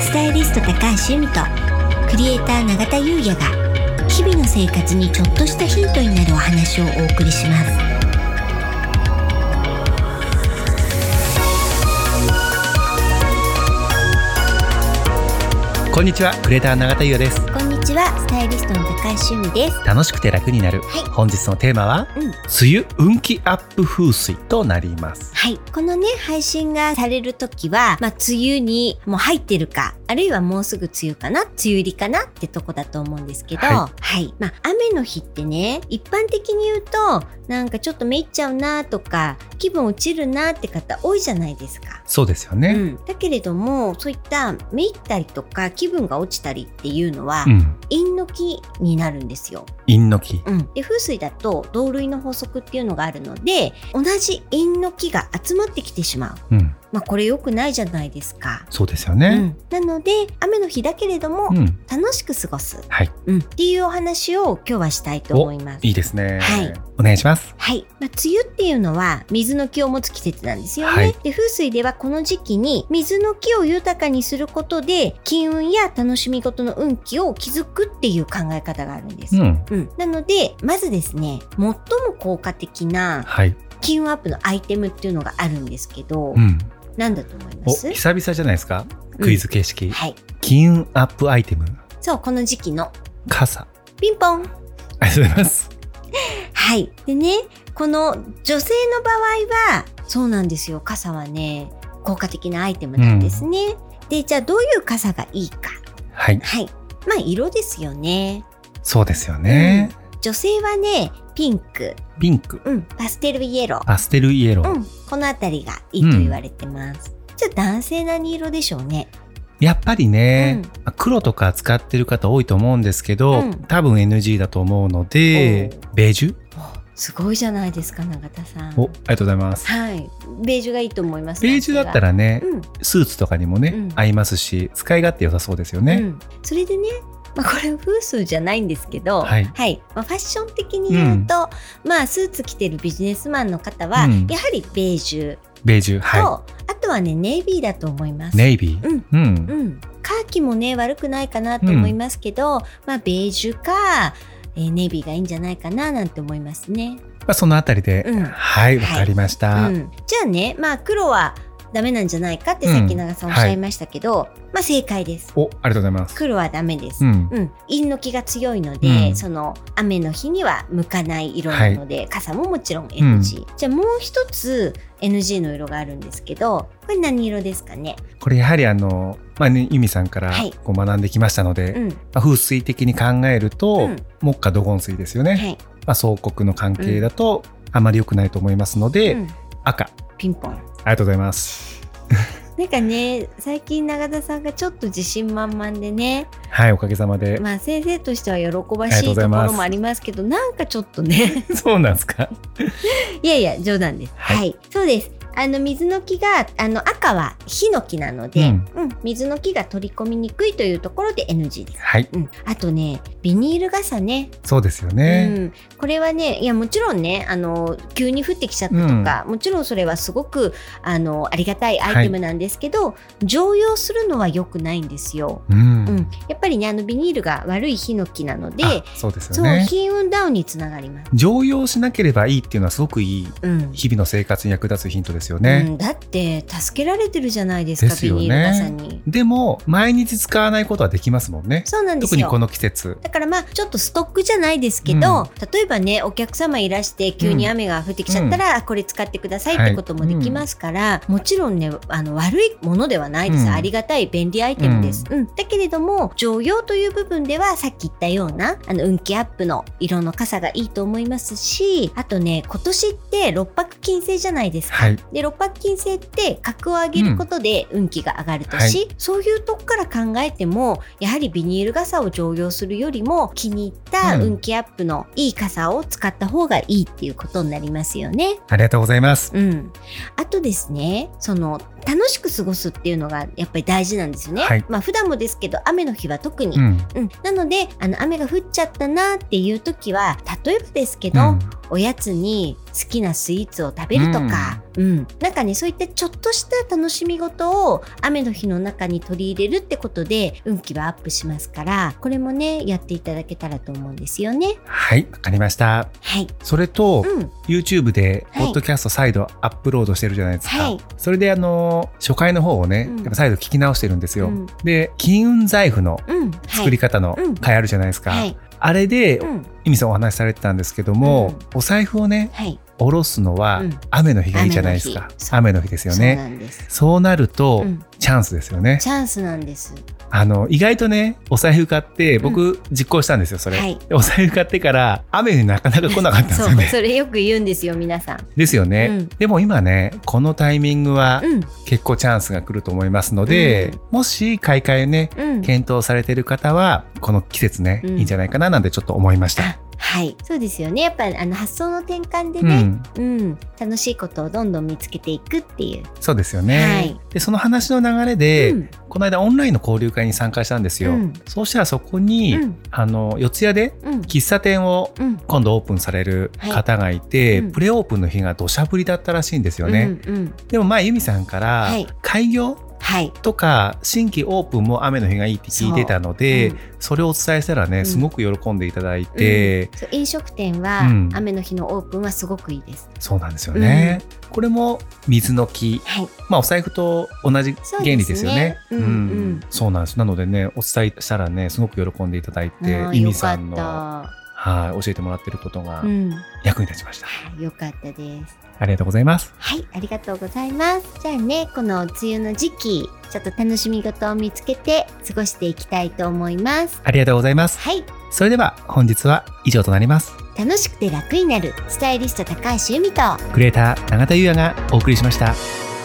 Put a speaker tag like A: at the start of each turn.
A: スタイリスト高橋由美とクリエイター永田優也が日々の生活にちょっとしたヒントになるお話をお送りします
B: こんにちはクレーター永田優です
A: こんにちはスタイリストの高橋由美です
B: 楽しくて楽になる、
A: はい
B: 本日のテーマは、
A: うん
B: 梅雨運気アップ風水となります
A: はい。このね、配信がされるときは、まあ、梅雨にもう入ってるか、あるいはもうすぐ梅雨かな、梅雨入りかなってとこだと思うんですけど、は、
B: はい
A: まあ、雨の日ってね、一般的に言うと、なんかちょっとめいっちゃうなとか、気分落ちるなって方多いじゃないですか。
B: そうですよ
A: う
B: ね、
A: ん、だけれどもそういっためいったりとか気分が落ちたりっていうのは、
B: うん、
A: 陰の気になるんですよ。
B: 陰の気
A: うん、で風水だと同類の法則っていうのがあるので同じ陰の木が集まってきてしまう、
B: うん、
A: まあ、これ良くないじゃないですか、
B: そうですよ
A: う
B: ね、
A: ん、なので雨の日だけれども、
B: うん
A: 楽しく過ごす、
B: はい
A: うん、っていうお話を今日はしたいと思います
B: いいですね、
A: はい
B: お願いします
A: はい、まあ、梅雨っていうのは水の気を持つ季節なんですよね、
B: はい
A: で風水ではこの時期に水の気を豊かにすることで金運や楽しみ事の運気を築くっていう考え方があるんです
B: う、ん
A: うん、なのでまずですね最も効果的な
B: はい、
A: 金運アップのアイテムっていうのがあるんですけど、
B: うん、
A: 何だと思いま
B: お
A: す
B: 久々じゃないですかクイズ形式、
A: はい
B: 金運アップアイテム
A: そうこの時期の
B: 傘
A: ピンポン
B: ありがとうございます
A: はいでねこの女性の場合はそうなんですよ傘はね効果的なアイテムなんですね、でじゃあどういう傘がいいか
B: はい
A: はいまあ色ですよね
B: そうですよね、
A: 女性はねピンク、
B: ピンク
A: うん、パステルイエロー
B: パステルイエロー、
A: うん、この辺りがいいと言われてます。じゃあ男性何色でしょうね。
B: やっぱりね、
A: うん
B: まあ黒とか使ってる方多いと思うんですけど、
A: うん
B: 多分 NG だと思うのでベージュ
A: すごいじゃないですか永田さん。
B: おありがとうございます
A: はい、ベージュがいいと思います。
B: ベージュだった
A: ら、
B: らね、
A: うん、
B: スーツとかにもね、
A: うん
B: 合いますし使い勝手良さそうですよ
A: う
B: ね、
A: ん、それでね。まあ、これ風水じゃないんですけど、
B: はい
A: まあ、ファッション的に言うと、まあ、スーツ着てるビジネスマンの方は、
B: うん
A: やはりベージュと、
B: ベージュは
A: あとはねネイビーだと思いま
B: い
A: す。
B: ネイビー
A: うん
B: うん、
A: うん、カーキもね悪くないかなと思いますけど、まあベージュか、えーネイビーがいいんじゃないかななんて思いますね。
B: まあ、そのあたりで、
A: うん
B: はいわかりまし
A: う
B: た、
A: ん、じゃあね、まあ黒はダメなんじゃないかってさっき長さんおっしゃいましたけど、まあ正解です。
B: おありがとうございます
A: 黒はダメです。
B: う
A: うん
B: ん、
A: 陰の気が強いので、
B: うん
A: その雨の日には向かない色なので、傘ももちろん NG、じゃあもう一つ NG の色があるんですけどこれ何色ですかね、
B: これやはりあのまあね由美さんから
A: はい
B: こう学んできましたので、
A: うん
B: まあ風水的に考えると、
A: うん
B: 木下土金水ですよね、
A: はい
B: まあ、総国の関係だとあまり良くないと思いますので、
A: うん、
B: 赤
A: ピンポン。
B: ありがとうございます
A: なんかね最近永田さんがちょっと自信満々でね
B: はいおかげさまで、
A: まあ先生としては喜ば
B: あ
A: し
B: りがとう
A: いと
B: ござ
A: こ
B: います
A: ろもありますけどなんかちょっとね
B: そうなんですか
A: いやいや冗談ですは、
B: はいい
A: そうですあの水の木があの赤はヒノキなので、
B: うん
A: うん水の木が取り込みにくいというところで NG です、
B: はい
A: うん、あとねビニール傘ね、
B: そうですよ
A: う
B: ね、
A: ん、これはねいやもちろんねあの急に降ってきちゃったとか、もちろんそれはすごくあのありがたいアイテムなんですけど、常用するのは良くないんですよ。
B: うん
A: うん、やっぱりねあのビニールが悪いヒノキなので、
B: あそうです
A: そ
B: よ
A: う
B: ね
A: 金運ダウンにつながります。
B: 常用しなければいいっていうのはすごくいい
A: うん
B: 日々の生活に役立つヒントですよね、
A: うん、だって助けられてるじゃないですか
B: ですよね
A: ビニール傘に。
B: でも毎日使わないことはできますもんね
A: そうなんです
B: 特にこ
A: よ。
B: の季節
A: だからまあちょっとストックじゃないですけど、例えばねお客様いらして急に雨が降ってきちゃったら、あこれ使ってくださいっ
B: は
A: て
B: い
A: こともできますから、もちろんねあの悪いものではないです、
B: うん
A: ありがたい便利アイテムです、うんだけれども常用という部分ではさっき言ったようなあの運気アップの色の傘がいいと思いますしあとね今年って六白金星じゃないですか。
B: はい
A: で六白金星って格を上げることで運気が上がるとし、そういうとこから考えてもやはりビニール傘を常用するよりも気に入った
B: うん
A: 運気アップのいい傘を使った方がいいっていうことになりますよね。
B: ありがとうございます
A: うん、あとですねその楽しく過ごすっていうのがやっぱり大事なんですよね。
B: はい
A: まあ普段もですけど雨の日は特に、
B: うん
A: うんなのであの雨が降っちゃったなっていう時は例えばですけど、
B: うん
A: おやつに好きなスイーツを食べるとか、うんなんかねそういったちょっとした楽しみ事を雨の日の中に取り入れるってことで運気はアップしますからこれもねやっていただけたらと思うんですよね。
B: はい、わかりました。
A: はい、
B: それと、
A: うん、
B: YouTube で、
A: はい
B: ポッドキャスト再度アップロードしてるじゃないですか。
A: はい
B: それで、あのー、初回の方をね、
A: うん
B: やっぱ再度聞き直してるんですよ。
A: うん
B: で、金運財布の
A: うん、
B: 作り方の
A: はいうん
B: 回あるじゃないですか。
A: はい、
B: あれで、
A: うん、
B: イミさんお話しされてたんですけども、お財布をね、
A: はい、
B: おろすのは
A: うん
B: 雨の日がいいじゃないですか
A: 雨の日。そう
B: 雨の日ですよ
A: そう
B: ね。
A: なんです。
B: そうなると、
A: うん
B: チャンスですよね。
A: チャンスなんです。
B: あの、意外とね、お財布買って、僕、実行したんですよ、それ。
A: はい。
B: でお財布買ってから、雨になかなか来なかったんです
A: そ
B: よ
A: う、
B: ね。
A: それよく言うんですよ、皆さん。
B: ですよね、
A: うん
B: でも今ねこのタイミングは
A: うん、
B: 結構チャンスが来ると思いますので、もし買い替えをね
A: うん。
B: 検討されてる方はこの季節ね、
A: うん
B: いいんじゃないかななんてちょっと思いました。
A: あはい、そうですよね。やっぱあの発想の転換で
B: う
A: ね、
B: ん、
A: うん、楽しいことをどんどん見つけていくっていう。
B: そうですよね、
A: はい
B: でその話の流れで、
A: うん、
B: この間オンラインの交流会に参加したんですよ、
A: うん
B: そうしたらそこに、
A: うん、
B: あの四谷で
A: うん、
B: 喫茶店を
A: うん、
B: 今度オープンされる方がいて、
A: はいうん
B: プレオープンの日が土砂降りだったらしいんですよね、
A: うん、うん、
B: でも前由美さんから、
A: はい
B: 開業
A: はい。
B: とか新規オープンも雨の日がいいって聞いてたので
A: う
B: そ,、
A: ん
B: れをお伝えしたらね、
A: うん
B: すごく喜んでいただいて、
A: そう飲食店は、
B: うん
A: 雨の日のオープンはすごくいいです。
B: そうなんですよね、これも水の木、
A: はい、
B: まあ、お財布と同じ原理ですよね
A: そうですねうんうん
B: そうなんですなのでねお伝えしたらねすごく喜んでいただいて
A: あー
B: イミさん
A: よ
B: の
A: かっ
B: はい教えてもらってること
A: た。
B: が
A: うん、
B: 役に立ちました、
A: はいよかったです。
B: ありがとうございます
A: はい、ありがとうございます。じゃあね、この梅雨の時期、ちょっと楽しみ事を見つけて過ごしていきたいと思います。
B: ありがとうございます
A: はい、
B: それでは本日は以上となります
A: 楽しくて楽になるスタイリスト高橋由美と
B: クリエイター永田優也がお送りしました